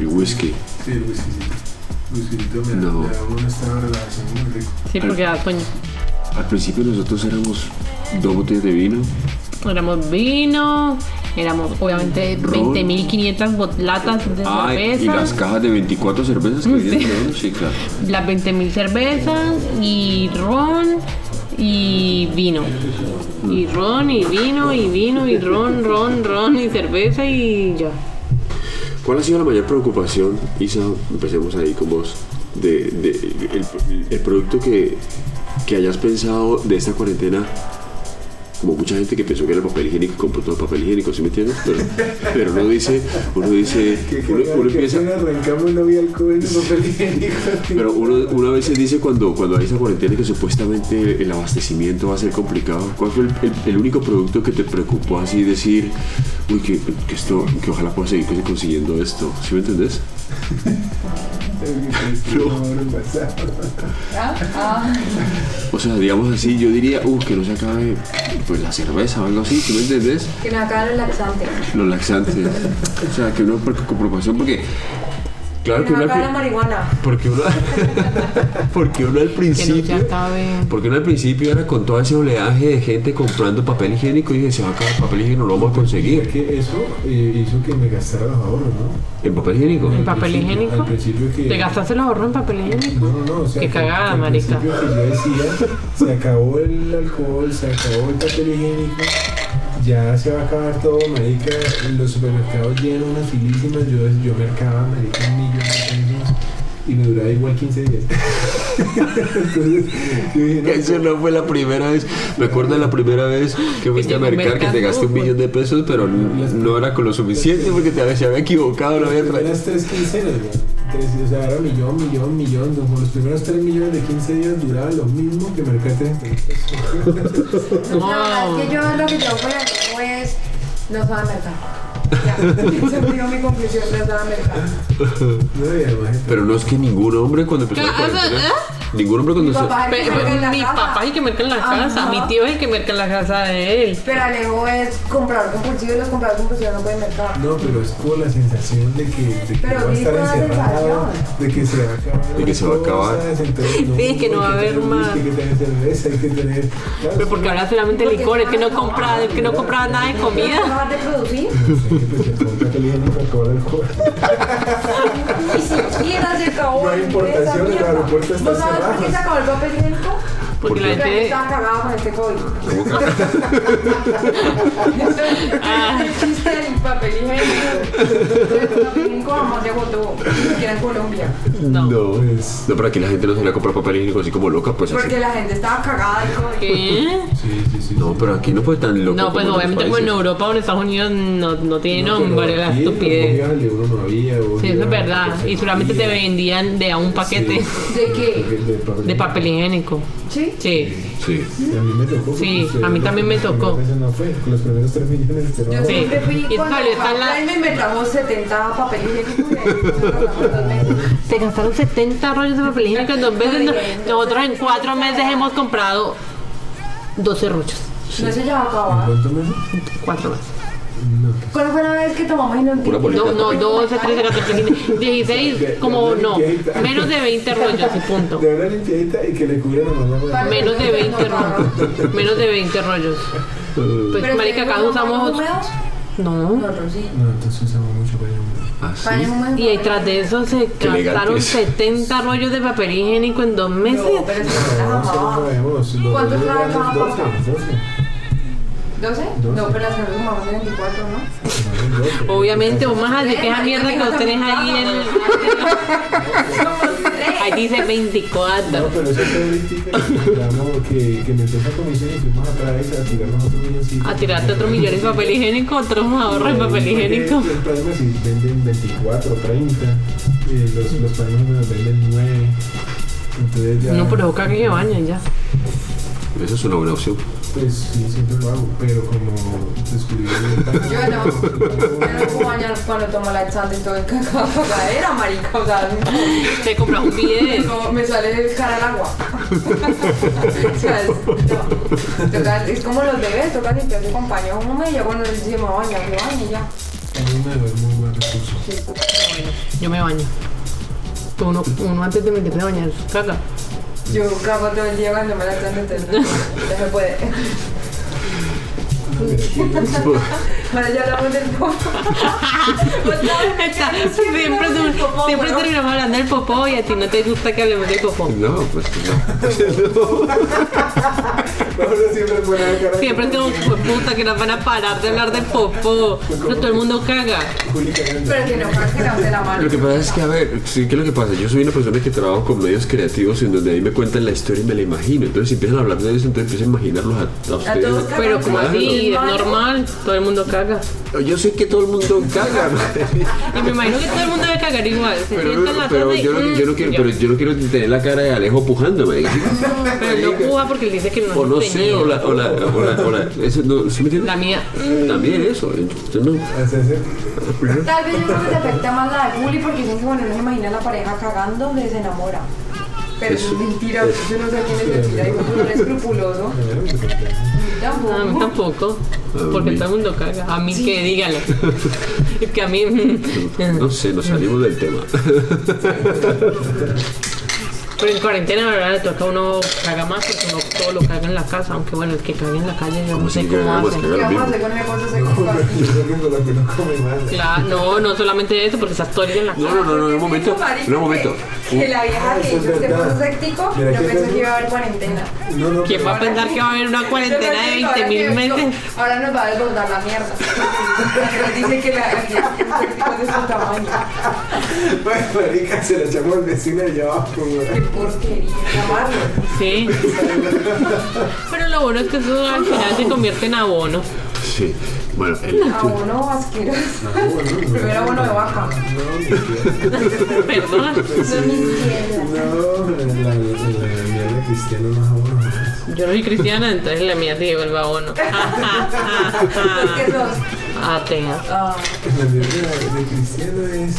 A: Y whisky.
C: Sí, el whiskycito. Whiskycito me,
A: No.
C: no. me da un estado de relajación muy rico.
E: Sí, porque ah, da sueño.
A: Al principio nosotros éramos dos botellas de vino,
E: Éramos vino, éramos obviamente
A: Ron.
E: 20.500 bot- latas de
A: Ah, y
E: cerveza,
A: las cajas de 24 cervezas que venían en uno, sí, claro.
E: las 20.000 cervezas y ron y vino. Y ron y vino y vino y ron, ron, ron y cerveza y ya.
A: ¿Cuál ha sido la mayor preocupación, Isa? Empecemos ahí con vos. De, de- el, el producto que, que hayas pensado de esta cuarentena, como mucha gente que pensó que era el papel higiénico y compró todo el papel higiénico, ¿sí me entiendes? Pero, pero uno dice, uno dice,
C: Que
A: uno,
C: que-
A: uno
C: que
A: empieza.
C: apenas arrancamos no había alcohol en papel higiénico.
A: Pero uno, uno a veces dice cuando, cuando hay esa cuarentena que supuestamente el abastecimiento va a ser complicado. ¿Cuál fue el, el- el único producto que te preocupó así decir, uy, que, que esto, que ojalá pueda seguir consiguiendo esto? ¿Sí me entendés?
C: No, ahora en WhatsApp.
D: ¿Ah? Ah.
A: O sea, digamos así, yo diría, uh, que no se acabe pues la cerveza o algo así, ¿sí me entendés?
D: Que nos acaban los laxantes.
A: Los laxantes. O sea, que uno por- con preocupación porque.
C: Ah,
A: Claro
D: Que
A: que
D: nos
A: uno. al
D: acaban la
A: pri-
D: marihuana.
A: Porque uno. porque uno al
E: Que no se
A: principio.
E: acabe.
A: Porque uno al principio era con todo ese oleaje de gente comprando papel higiénico y dije, se va a acabar el papel higiénico, no lo vamos a
C: Mira
A: conseguir.
C: que eso eh, hizo que me gastara los ahorros, ¿no?
A: ¿En papel higiénico?
E: ¿En papel
C: Al principio-
E: higiénico?
C: Al principio que...
E: ¿Te gastaste los ahorros en papel higiénico?
C: No, no, no, o sea,
E: Qué
C: que-
E: cagada,
C: que al
E: marica.
C: principio que yo decía, se acabó el alcohol, se acabó el papel higiénico, ya se va a acabar todo, marica, los supermercados llenan unas filísimas, yo, yo mercaba, marica, un millón de pesos y me duraba igual 15 días. Entonces, yo dije, no,
A: Eso no fue la primera vez. Me acuerdo de la primera vez que fuiste a
E: Llegó
A: mercar que te
E: mercando,
A: gasté un
E: Este, pues.
A: millón de pesos, pero n- no era con lo suficiente porque te había, se había equivocado, lo había
C: Las
A: traído.
C: primeras tres quincenas, güey. Tres, o sea, era millón, millón, millón. Como los primeros tres millones de 15 días duraba lo mismo que mercar 30 pesos.
D: No, es que yo lo que yo con el es no se va a mercar. Ya, se me dio mi conclusión de la mercado.
C: No, y además esto-
A: Pero no es que ningún hombre cuando empezó la
E: ¿Qué? Ah,
A: cuarentena.
E: ¿eh?
A: Ningún hombre
C: Pues,
A: cuando
D: Mi papá
A: se.
D: es el que marca en la
E: mi
D: casa.
E: papá es el que merca en la casa,
D: Ajá.
E: mi tío es el que merca en la casa de él.
D: Pero Alejo es comprador compulsivo y los compradores compulsivos no pueden mercar.
C: No, pero es por la sensación de que, de que
D: Pero
C: va a estar
D: viva la
C: encerrado,
D: sensación.
C: de que se va a acabar.
A: De que se va a
C: las
A: acabar.
C: cosas, entonces,
E: Sí, que no va a
C: hay que
E: haber
C: tener
E: más.
C: whisky, Hay que tener cerveza, hay que tener. claro,
E: Pero porque ahora solamente
D: Porque
E: licor, es que no
D: no,
E: compraba, es que no compraba nada de
D: ¿No
E: comida.
D: vas de producir?
C: hay que empezar con un catalina para acabar el juego.
D: Ni siquiera se acabó.
C: No hay importación, el aeropuerto está
D: ¿No sabes por qué se
C: cerrado.
D: acabó el papel higiénico?
E: Porque la
D: Porque la gente
E: gente.
D: estaba cagada con este COVID.
A: ¿Cómo que-
D: Entonces,
E: Ah.
D: el chiste del papel higiénico. El papel higiénico, amor, de Botó, ni siquiera en Colombia.
E: No.
A: No.
C: Pues-
A: No, pero aquí la gente no sale a comprar papel higiénico así como loca, pues así.
D: Porque la gente estaba cagada del COVID.
E: ¿Qué?
C: Sí, sí, sí.
A: No, pero aquí no fue tan loco.
E: No, pues
A: como en otros
E: obviamente como en
A: países.
E: Europa o en Estados Unidos no, no tiene nombre la estupidez. Sí, eso es verdad. Y solamente te vendían de a un paquete
D: ¿De qué?
E: de papel higiénico.
D: ¿Sí?
E: Sí.
A: Sí.
C: Y a mí me tocó.
E: Sí,
C: porque
E: a mí también me
C: las primeras
E: tocó.
C: veces No fue, con los primeros tres millones de
D: Yo
C: dólares.
D: siempre fui
E: Y
D: cuando
E: vale, está la-
D: Ahí me metamos 70 papel higiénico. y-
E: Se gastaron 70 rollos de papel higiénico en dos veces. No- Nosotros en cuatro meses hemos comprado 12 rollos.
D: No se ya acababa.
C: ¿Cuánto meses?
E: Cuatro meses.
D: ¿Cuál fue la vez que tomamos
A: Pura
D: inundito?
A: bolita.
E: Do- no, 12, 13, 14, 15, 16, como no. Menos de 20 rollos y punto.
C: De una limpiadita y que le cubren la mano.
E: Menos de 20 rollos. Menos de 20 rollos.
A: Ah,
E: Pues marica, acá usamos...
D: húmedos?
E: No.
D: No, no, sí.
C: No, entonces usamos mucho para
A: Ah, sí.
D: Paños húmedos.
E: Y detrás de eso se
A: Qué elegantes.
E: gastaron 70 rollos de papel higiénico en dos meses.
D: No, pero es que las amaba. ¿Cuántos trae cada papá? 12? No, pero las nosotros sumamos en 24, ¿no?
E: Obviamente, o más Ah, de que esa mierda que vos tenés ahí en el... Ahí dice
C: No,
E: 24.
C: pero eso fue ahorita que hablamos, que, que me empezó la comisión y fuimos otra vez a tirarnos otro milloncito.
E: A tirarte otros millones de papel higiénico, otros ahorros de papel higiénico.
C: El problema es si venden 24, 30, eh, los, los pañuelos nos venden 9. Entonces ya.
E: No provoca que se bañen ya.
A: Esa es una buena opción.
C: Pues sí, siempre lo hago, pero como descubrí el paño-
D: Yo no. Yo no puedo bañar cuando tomo la chanta y todo el cacao cagadera, marica. O sea,
E: Te compras un bidet.
D: no, me sale el cara al agua. o sea, es, no. Toca- es como los bebés, toca limpiarse con paño húmedo y ya cuando se me baña, me baña y ya.
C: el húmedo es muy buen recurso.
E: Yo me baño. Uno, uno antes de meterse a bañar, caca.
D: Yo cago todo el día cuando me la chanta, entonces no, no se puede. Bueno, ya hablamos del Pues popo.
E: Está- siempre tú- siempre terminamos hablando del popó y a ti no te gusta que hablemos del popó.
A: No, pues no.
C: Ahora siempre pone la cara.
E: Siempre es como "Hijo de puta que no van a parar de hablar de popó. Pero todo el mundo caga.
C: Juli cagando.
D: Pero que no, para que no se la mano.
A: Lo que pasa es que, a ver, sí que lo que pasa, yo soy una persona que trabajo con medios creativos en donde ahí me cuentan la historia y me la imagino. Entonces, si empiezan a hablar de eso, entonces empiezo a imaginarlos a, a ustedes.
D: todos cagan.
E: Pero como así, es normal, todo el mundo caga.
A: Yo sé que todo el mundo caga.
E: Y me imagino que todo el mundo debe cagar igual. Se
A: Pero,
E: sienta en la
A: pero
E: taza y,
A: yo, no, yo no
E: mm,
A: quiero,
E: ya.
A: pero yo no quiero tener la cara de Alejo pujándome.
E: Pero no puja porque él dice que no
A: O no
E: es
A: sé, o la. O la, o la, o la- eso, no, ¿sí me entiendes?
E: La mía.
A: También eso. Entonces, no.
C: Hace- hace-
D: Tal vez yo creo que te afecta más la de Juli porque dicen que bueno, no se imagina la pareja cagando donde se enamora. Pero eso es
A: Eso,
D: mentira, yo no sé quién es mentira, digo, tú no eres escrupuloso. pues,
E: No, a mí
D: Tampoco.
E: tampoco. Porque todo el mundo caga. A mí que dígalo. Es que a mí. mm,
A: No sé, nos salimos del tema.
E: Pero en cuarentena, la verdad, le toca a uno caga más porque uno todo lo caga en la casa. Aunque bueno, el que caga en la calle, yo no
A: si
E: sé cómo
A: cagamos,
E: hace.
A: cagamos.
D: ¿Qué vamos a hacer con el cuando se ocupa?
C: Yo creo que con lo que no come más.
E: Claro, no, no solamente eso, porque estás todo el día en la
A: No,
E: casa.
A: no, no, no, un momento.
D: Marica,
A: No, un momento.
D: que- Que la vieja
C: Ah,
D: que
C: eso es
D: hizo este
C: verdad.
D: puso séptico,
C: Mira,
D: yo
C: ¿qué
D: pensé
C: tal?
D: que iba a haber cuarentena.
C: No, no,
E: ¿Quién va a
C: pero-
E: pensar que va a haber una cuarentena de
D: Yo pensé que
E: 20 mil
D: ahora que-
E: meses?
D: Ahora nos va a desbordar la mierda. Nos dice que la que el séptico es de su tamaño.
C: Bueno, marica, se la echamos al vecino de allá abajo,
D: Qué
C: güey.
D: porquería, llamarlo.
E: Sí. Pero lo bueno es que eso al final se convierte en abono.
A: Sí. Bueno, el-
D: Abono Ah, asqueroso. Primero abono de vaca.
E: Perdón.
C: No,
D: No me entiendes.
C: la, la, la mierda cristiana no es abono.
E: Yo no soy cristiana, entonces la mía se lleva el abono.
D: ¿Qué sos?
E: atea.
C: La mierda de cristiano es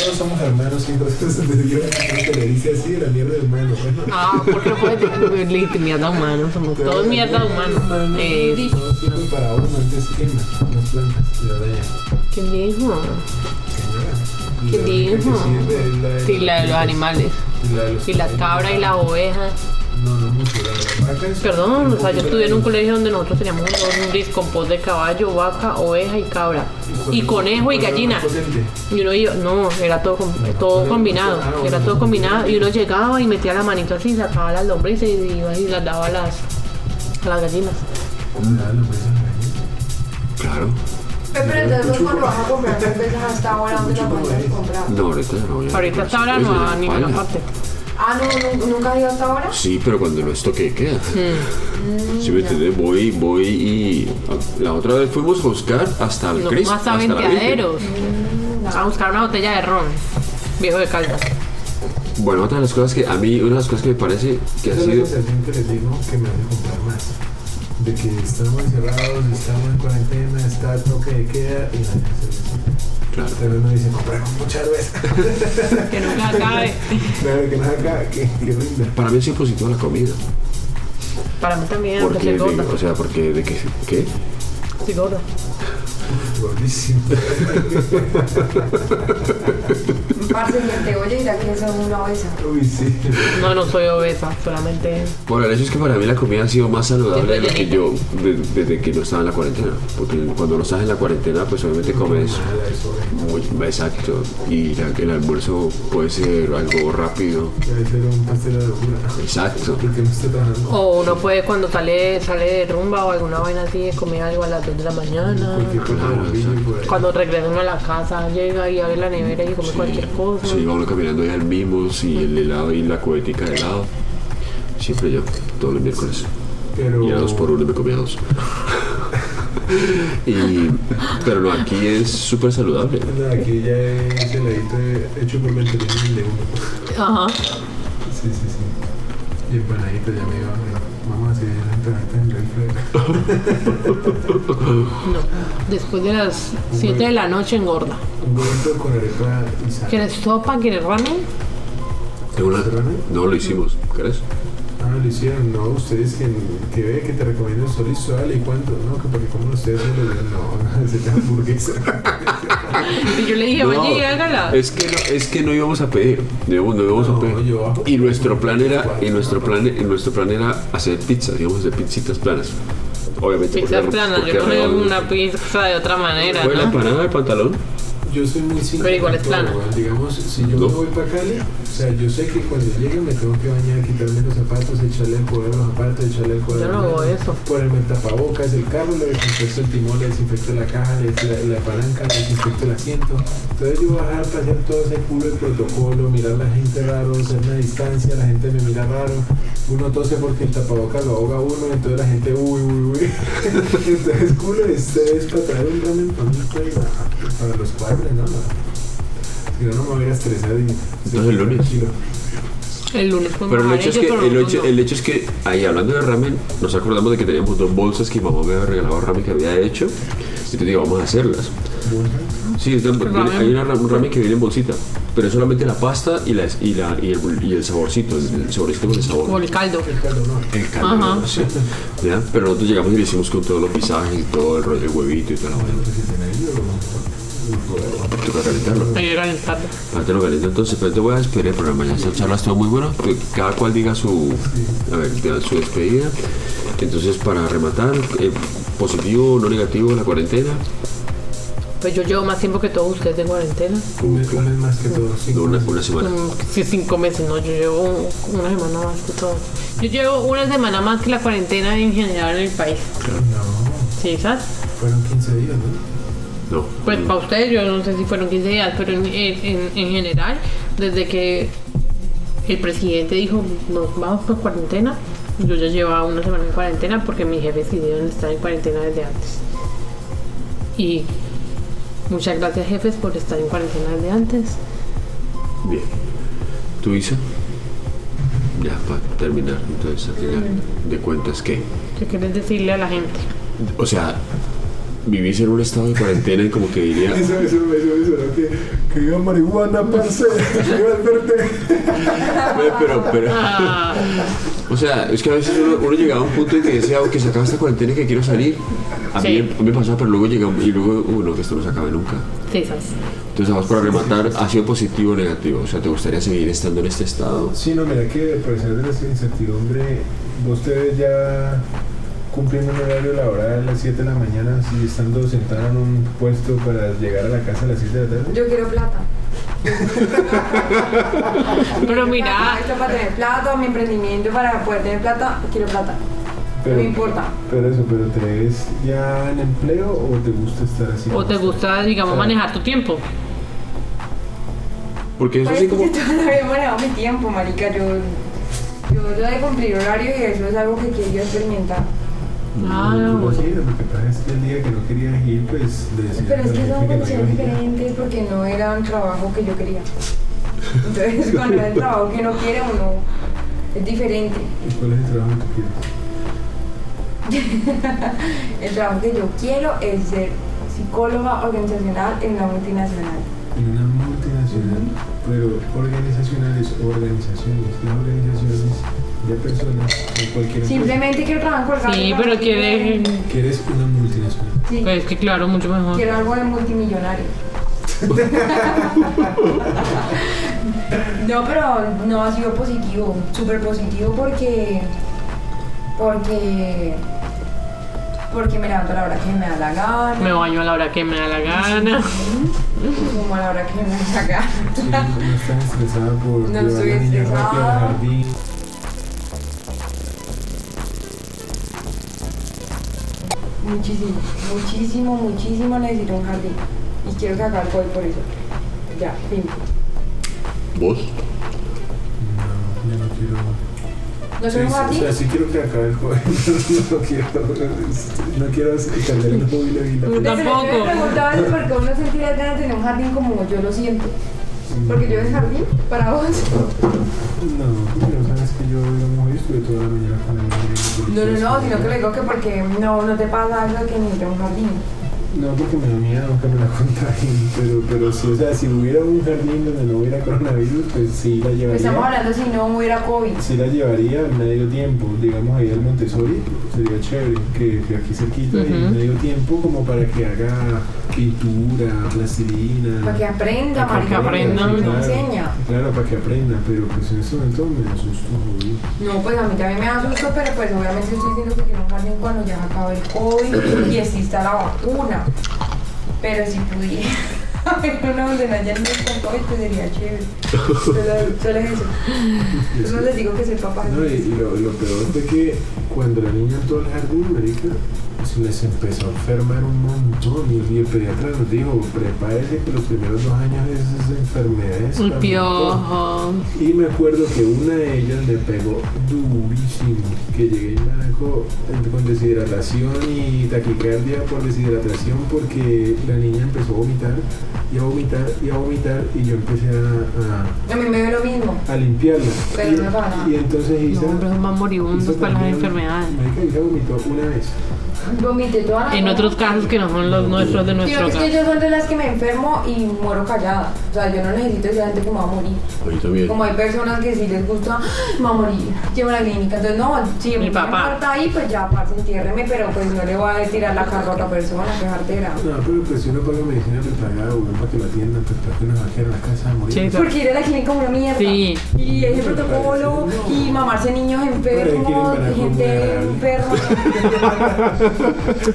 C: todos somos hermanos y entonces de Dios se le dice así la mierda de hermano. ¿no?
E: Ah, porque puede tener legitimidad humana, somos todos mierda humana. Eh,
C: No sirve para uno, antes quema las plantas y la daña.
E: ¿Qué dijo?
C: Y
E: ¿Qué
C: la única que
E: dijo?
C: sirve es la de
E: Sí, la de los
C: los
E: animales.
C: Y pues, la de los
E: Y la cabra y la oveja.
C: No, no, mucho, la de la vaca es-
E: Perdón, o sea, yo
C: poquito
E: estudié en un
C: de-
E: colegio donde nosotros teníamos un, un discompos de caballo, vaca, oveja y cabra.
C: pues,
E: Y conejo y
C: Pero
E: gallina.
C: más potente.
E: Y uno iba, no, era todo, com- todo combinado, era todo combinado. Y uno llegaba y metía la manito así, sacaba las lombrices y iba y las daba a las, a las gallinas.
C: ¿Cómo le dan los besos a la gallina?
A: Claro.
D: Pero entonces cuando vas a comprar cerveza hasta ahora dónde la puedes comprar.
A: No, ahorita no voy a-
E: Ahorita hasta ahora no a
A: España.
E: ninguna parte.
D: Ah, no, nu- nunca has ido hasta ahora.
A: Sí, pero cuando no es toque de
E: Mm.
A: queda. Si me entiendes, voy, voy y. La otra vez fuimos a buscar hasta el
E: No,
A: Cristo.
E: hasta
A: la Virgen.
E: venteaderos. A buscar una botella de ron. Viejo de calda.
A: Bueno, otra de las cosas que a mí, una de las cosas que me parece que ha
C: Esa es la
A: sido.
C: sensación que les digo que me hace comprar más. De que estamos encerrados, estamos en cuarentena, está el toque de queda y la gente se dice.
A: Claro.
C: Tal vez no dice comprar con mucha cerveza.
E: Que nunca acabe.
C: Claro que nada acá, que, que rinda.
A: Para mí es positivo la comida.
E: Para mí también, porque
A: Porque,
E: soy gorda.
A: de- o sea, porque de que. ¿Qué?
E: Soy gorda.
C: Gordísimo.
D: Parce, quien te oye dirá que eso es una obesa.
C: Uy, sí.
E: No, no soy obesa, solamente.
A: Bueno, el hecho es que para mí la comida ha sido más saludable de lo que yo de- desde que no estaba en la cuarentena. Porque cuando no estás en la cuarentena, pues obviamente comes
C: Mala eso, eh.
A: muy exacto. Y la- el almuerzo puede ser algo rápido.
C: Debe ser un pastel de locura.
A: Exacto.
C: Porque no está trabajando.
E: O uno puede cuando sale, sale de rumba o alguna vaina así, comer algo a las 2 de la mañana.
C: Cualquier cosa
A: Claro,
C: de bombillo y por ahí.
E: Cuando regresa uno a la casa, llega y abre la nevera y come cualquier cosa.
A: Sí, vamos caminando ya el mimos y el helado y la cubetica de helado. Siempre yo, todos los miércoles.
C: Pero.
A: Y a dos por uno me comía dos. y, pero no, aquí es súper saludable.
C: Nada, Aquí ya es heladito de- hecho por ventería de uno.
E: Ajá.
C: Sí, sí, sí. Y empanadita ya me iba, vamos a seguir la empanadita en el
E: No. Después de las 7 de la noche engorda.
C: Un huevito con arepa y sal.
E: ¿Quieres sopa? ¿Quieres ramen?
A: Tengo una- No lo hicimos, ¿crees?
C: Ah, lo hicieron, no, ustedes que, que ve que te recomiendo Solís Suárez y cuánto, no, que porque como ustedes no lo ven, no, se te hamburguesa.
E: Y yo le dije,
A: No,
E: oye, hágala.
A: Es que no, es que no íbamos a pedir, no íbamos, no íbamos a
C: No,
A: pedir.
C: yo bajo.
A: Y nuestro plan era, y nuestro plan, y nuestro plan era hacer pizzas, íbamos de pizzitas planas. Obviamente.
E: Pizza
A: porque-
E: plana,
A: porque pues,
E: yo comí
A: redondo.
E: una pizza de otra manera,
A: ¿Fue la
E: ¿no?
A: empanada de pantalón?
C: Yo soy muy simple.
E: Pero igual es
C: con todo,
E: plana.
C: weón. Digamos, si yo
A: No.
C: me voy para Cali, o sea, yo sé que cuando llegue me tengo que bañar, quitarme los zapatos, echarle el poder a los zapatos, echarle el poder
E: Yo no
C: a la
E: hago
C: mano,
E: eso.
C: Ponerme el tapabocas, el carro, le desinfecto el timón, le desinfecto la caja, le la, la palanca, le desinfecto el asiento. Entonces yo voy a dejar para hacer todo ese culo de protocolo, mirar a la gente raro, hacer una distancia, la gente me mira raro. Uno tose porque el tapabocas lo ahoga a uno, entonces la gente, uy, uy, uy. entonces culo de ustedes para traer un ramen para mí, pues, para los padres, ¿no? Si no, no me voy a estresar y...
A: Entonces el lunes.
C: Tranquilo.
E: El lunes fue
A: Pero el
E: más
A: hecho, es que,
E: amarillo, pero
A: el, hecho,
E: no.
A: el hecho es que, ahí hablando de ramen, nos acordamos de que teníamos dos bolsas que mi mamá me había regalado ramen que había hecho. Y te digo, vamos a hacerlas. Sí, es de-
E: Pues Ramen.
A: hay una ra- un ramen que viene en bolsita, pero es solamente la pasta y, la, y, la, y, el, y el saborcito, el, el saborcito con el
E: O
A: sabor.
E: el caldo.
A: El caldo,
E: Ajá.
A: sí. ¿Ya? Pero nosotros llegamos y lo hicimos con todos los pisajes y todo el rollo, el huevito y toda la vaina. Toca calentarlo.
E: Ayer era en el caldo.
A: Ahorita lo caliento, entonces, pero te voy a despedir el programa. Ya esta charla estuvo muy buena. que Cada cual diga su, a ver, diga su despedida. Entonces, para rematar, eh, positivo, no negativo, la cuarentena.
E: Pues yo llevo más tiempo que todos ustedes en cuarentena.
C: Un mes- un mes más que todo, sí.
A: No, una, una semana.
E: Mm, Sí, cinco meses, no, yo llevo una semana más que todo. Yo llevo una semana más que la cuarentena en general en el país.
C: No,
E: ¿Sí, sabes?
C: fueron 15 días, ¿no?
A: No.
E: Pues para ustedes, yo no sé si fueron 15 días, pero en, en- en- en general, desde que el presidente dijo, nos vamos por cuarentena, yo ya llevaba una semana en cuarentena porque mis jefes decidieron estar en cuarentena desde antes. Y muchas gracias, jefes, por estar en cuarentena desde antes.
A: Bien. ¿Tú, Isa? Ya, para terminar, entonces, al final de cuentas, ¿qué?
E: ¿Qué quieres decirle a la gente?
A: O sea, vivís en un estado de cuarentena y como que diría,
C: Eso, eso, eso, eso, ¿no? que, que viva marihuana, parce, que viva el verde.
A: Pero, pero, pero. O sea, es que a veces uno, uno llegaba a un punto en que decía, "Oh, que se acaba esta cuarentena y que quiero salir. A mí
B: Sí.
A: me- me pasaba, pero luego llegaba y luego, bueno, que esto no se acabe nunca.
B: Sí, sabes.
A: Entonces, además, para rematar, ¿ha sido positivo o negativo? O sea, ¿te gustaría seguir estando en este estado?
C: Sí, no, mira que por ser de la incertidumbre, vos te ves ya cumpliendo un horario laboral a las 7 de la mañana y estando sentado en un puesto para llegar a la casa a las 7 de la tarde.
D: Yo quiero plata.
B: Pero
D: Para
B: mira,
D: esto, para tener plata, mi emprendimiento, para poder tener plata, quiero plata.
C: Pero,
D: No importa.
C: Pero eso, pero te ves ya en empleo o te gusta estar así.
B: o te gusta, digamos, manejar tu tiempo.
A: Porque eso
D: Pues
A: sí
D: es que
A: como...
D: yo todavía he manejado mi tiempo, marica. Yo, yo lo de cumplir horario y eso es algo que quiero experimentar.
B: Ah,
C: No,
B: bueno.
C: Mm. sí, lo que pasa es que el día que no querías ir, pues decías
D: Pero es
C: a la gente no iba a
D: que son condiciones
C: ir.
D: diferentes porque no era un trabajo que yo quería. Entonces, cuando es el trabajo que uno quiere, uno es diferente.
C: ¿Y ¿Cuál es el trabajo que quieres?
D: El trabajo que yo quiero es ser psicóloga organizacional en una multinacional.
C: En una multinacional, pero organizacionales, organizaciones, las organizaciones de personas, de cualquier empresa.
D: Simplemente quiero trabajar colgado.
B: Sí, pero quiere.
C: ¿Quieres una multinacional?
D: Sí,
B: Pues que claro, mucho mejor.
D: quiero algo de multimillonario. no, pero no ha sido positivo, súper positivo porque. Porque. Porque me levanto a la hora que me da la gana.
B: Me baño a la hora que me da la gana.
D: Como a la hora que me saca.
C: Sí, no, no estás estresada por
D: No
C: llevar a
D: estoy
C: la niña
D: estresada.
C: rápido al jardín.
D: Muchísimo, muchísimo, muchísimo necesito un jardín. Y quiero sacar hoy por eso. Ya, fin.
A: ¿Vos?
C: No, yo no quiero.
D: Pues ¿No soy
C: Sí,
D: un
C: sí, o
D: jardín?
C: sea, sí quiero que acabe el juego. No, quiero. No quiero perder el móvil ahorita.
B: Puta.
D: Pero Yo
B: Tampoco.
D: me preguntaba si por qué uno sentiría ganas de tener un jardín como yo lo siento. Porque yo el jardín para vos.
C: No, pero sabes que yo, digamos, hoy estuve toda la mañana con el
D: No,
C: móvil.
D: no, no, sino que le digo que porque no, no te pasa algo que necesita un jardín.
C: No, porque me da miedo que me la contagien, pero, pero sí, o sea, si hubiera un jardín donde no hubiera coronavirus, pues sí la
D: Pues estamos
C: llevaría.
D: hablando si no hubiera COVID.
C: Sí la llevaría en medio tiempo, digamos ahí al Montessori, sería chévere, que, que aquí cerquita, y en
B: Ujú.
C: medio tiempo como para que haga pintura, plastilina.
D: Para que aprenda,
C: Para
D: marica.
B: aprenda,
D: porque no
C: claro.
D: enseña.
C: Claro, para que aprenda, pero pues en este momento me asusto. jodido.
D: No, pues a mí también me da susto, pero pues obviamente estoy diciendo que quiero un jardín cuando ya se acabe el COVID y exista la vacuna. Pero si pudiera haber una donde no haya niños con COVID, pues sería chévere. Solo, solo es eso.
C: Y
D: Yo
C: es
D: no
C: que-
D: les digo que soy papá.
C: No, y y lo, lo peor fue que cuando la niña entró al jardín, marica, se les empezó a enfermar un montón. Y el pediatra nos dijo, prepárese que los primeros dos años de esas enfermedades...
B: El
C: para montón".
B: piojo.
C: Y me acuerdo que una de ellas le pegó durísimo, que llegué y me dejó con deshidratación y taquicardia por deshidratación porque la niña empezó a vomitar y a vomitar y a vomitar y yo empecé a- a,
D: A mí me ve lo mismo.
C: a limpiarla.
D: Pero
C: y,
D: no para nada.
C: y entonces
B: Los
C: Isa,
B: hombres son más
C: Isa
B: moribundos para las
C: también-
B: enfermedades.
C: Marica, Isa vomitó una vez.
D: Vomité toda la
B: En
D: noche.
B: otros casos que no son los nuestros de
D: Sino
B: nuestro
D: que es que
B: caso.
D: yo soy de las que me enfermo y muero callada. O sea, yo no necesito decir a la gente que me va a morir.
A: Hoy también.
D: Como hay personas que sí les gusta, "Ay, me va a morir, llevo la clínica. Entonces, no, si
B: Mi
D: me
B: papá.
D: falta ahí, pues ya, parce, entiérreme, pero pues no le voy a tirar la carga a otra persona, que es artera.
C: No, pero pues si uno paga medicina prepagada, o para que lo atiendan, pues para que uno baje a la casa a morir.
B: Sí, claro.
D: Porque ir a la clínica es una mierda.
B: Sí.
D: Y ese protocolo, y mamarse niños enfermos,
C: Pero hay
D: y
C: que ir
D: gente
C: para
D: enferma.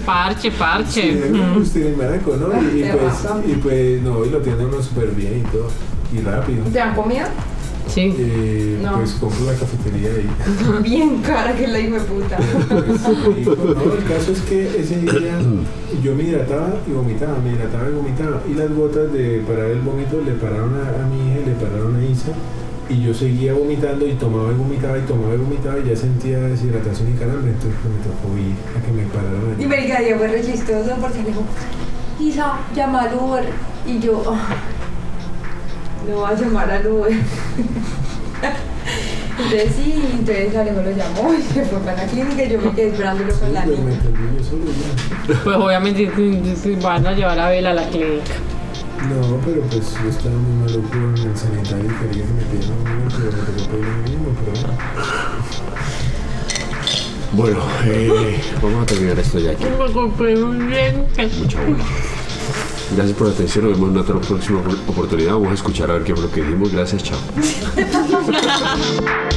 B: Parche,
C: Sí,
B: parche. Mm.
C: bueno, usted es maraco, Pues ¿no? Y, y
D: Tiene
C: pues,
D: razón.
C: y pues, no, y lo atiende uno súper bien y todo, y rápido.
D: ¿Te dan comida?
B: Sí.
C: Eh,
D: No.
C: Pues compro la cafetería ahí.
D: Bien cara que es la hijo de puta.
C: Pues, sí, no, el caso es que ese día yo me hidrataba y vomitaba, me hidrataba y vomitaba. Y las gotas de parar el vómito le pararon a, a mi hija y le pararon a Isa. Y yo seguía vomitando y tomaba y vomitaba y tomaba y vomitaba y ya sentía deshidratación y calambre. Entonces pues, me tocó ir a que me pararon
D: Y
C: allí.
D: me dijo, fue re chistoso porque me dijo, Isa, llama al Uber. Y yo, "Ah, no voy a llamar al Uber. Entonces sí, entonces Alejo lo llamó y se fue para la clínica y yo me quedé esperándolo con la
C: Pero pues, me
D: niña.
C: entendí yo solo, ya.
B: Pues obviamente se- se van a llevar a Bella a la clínica.
C: No, pero pues yo estaba muy maluco en el sanitario y quería que me pidieran uno, pero me tocó pedir uno mismo, pero bueno.
A: Bueno, eh, vamos a terminar esto ya aquí.
E: Me compré un lente.
A: Mucha bola. Gracias por la atención. Nos vemos en otra próxima oportunidad. Vamos a escuchar a ver qué es lo que dijimos. Gracias, chao.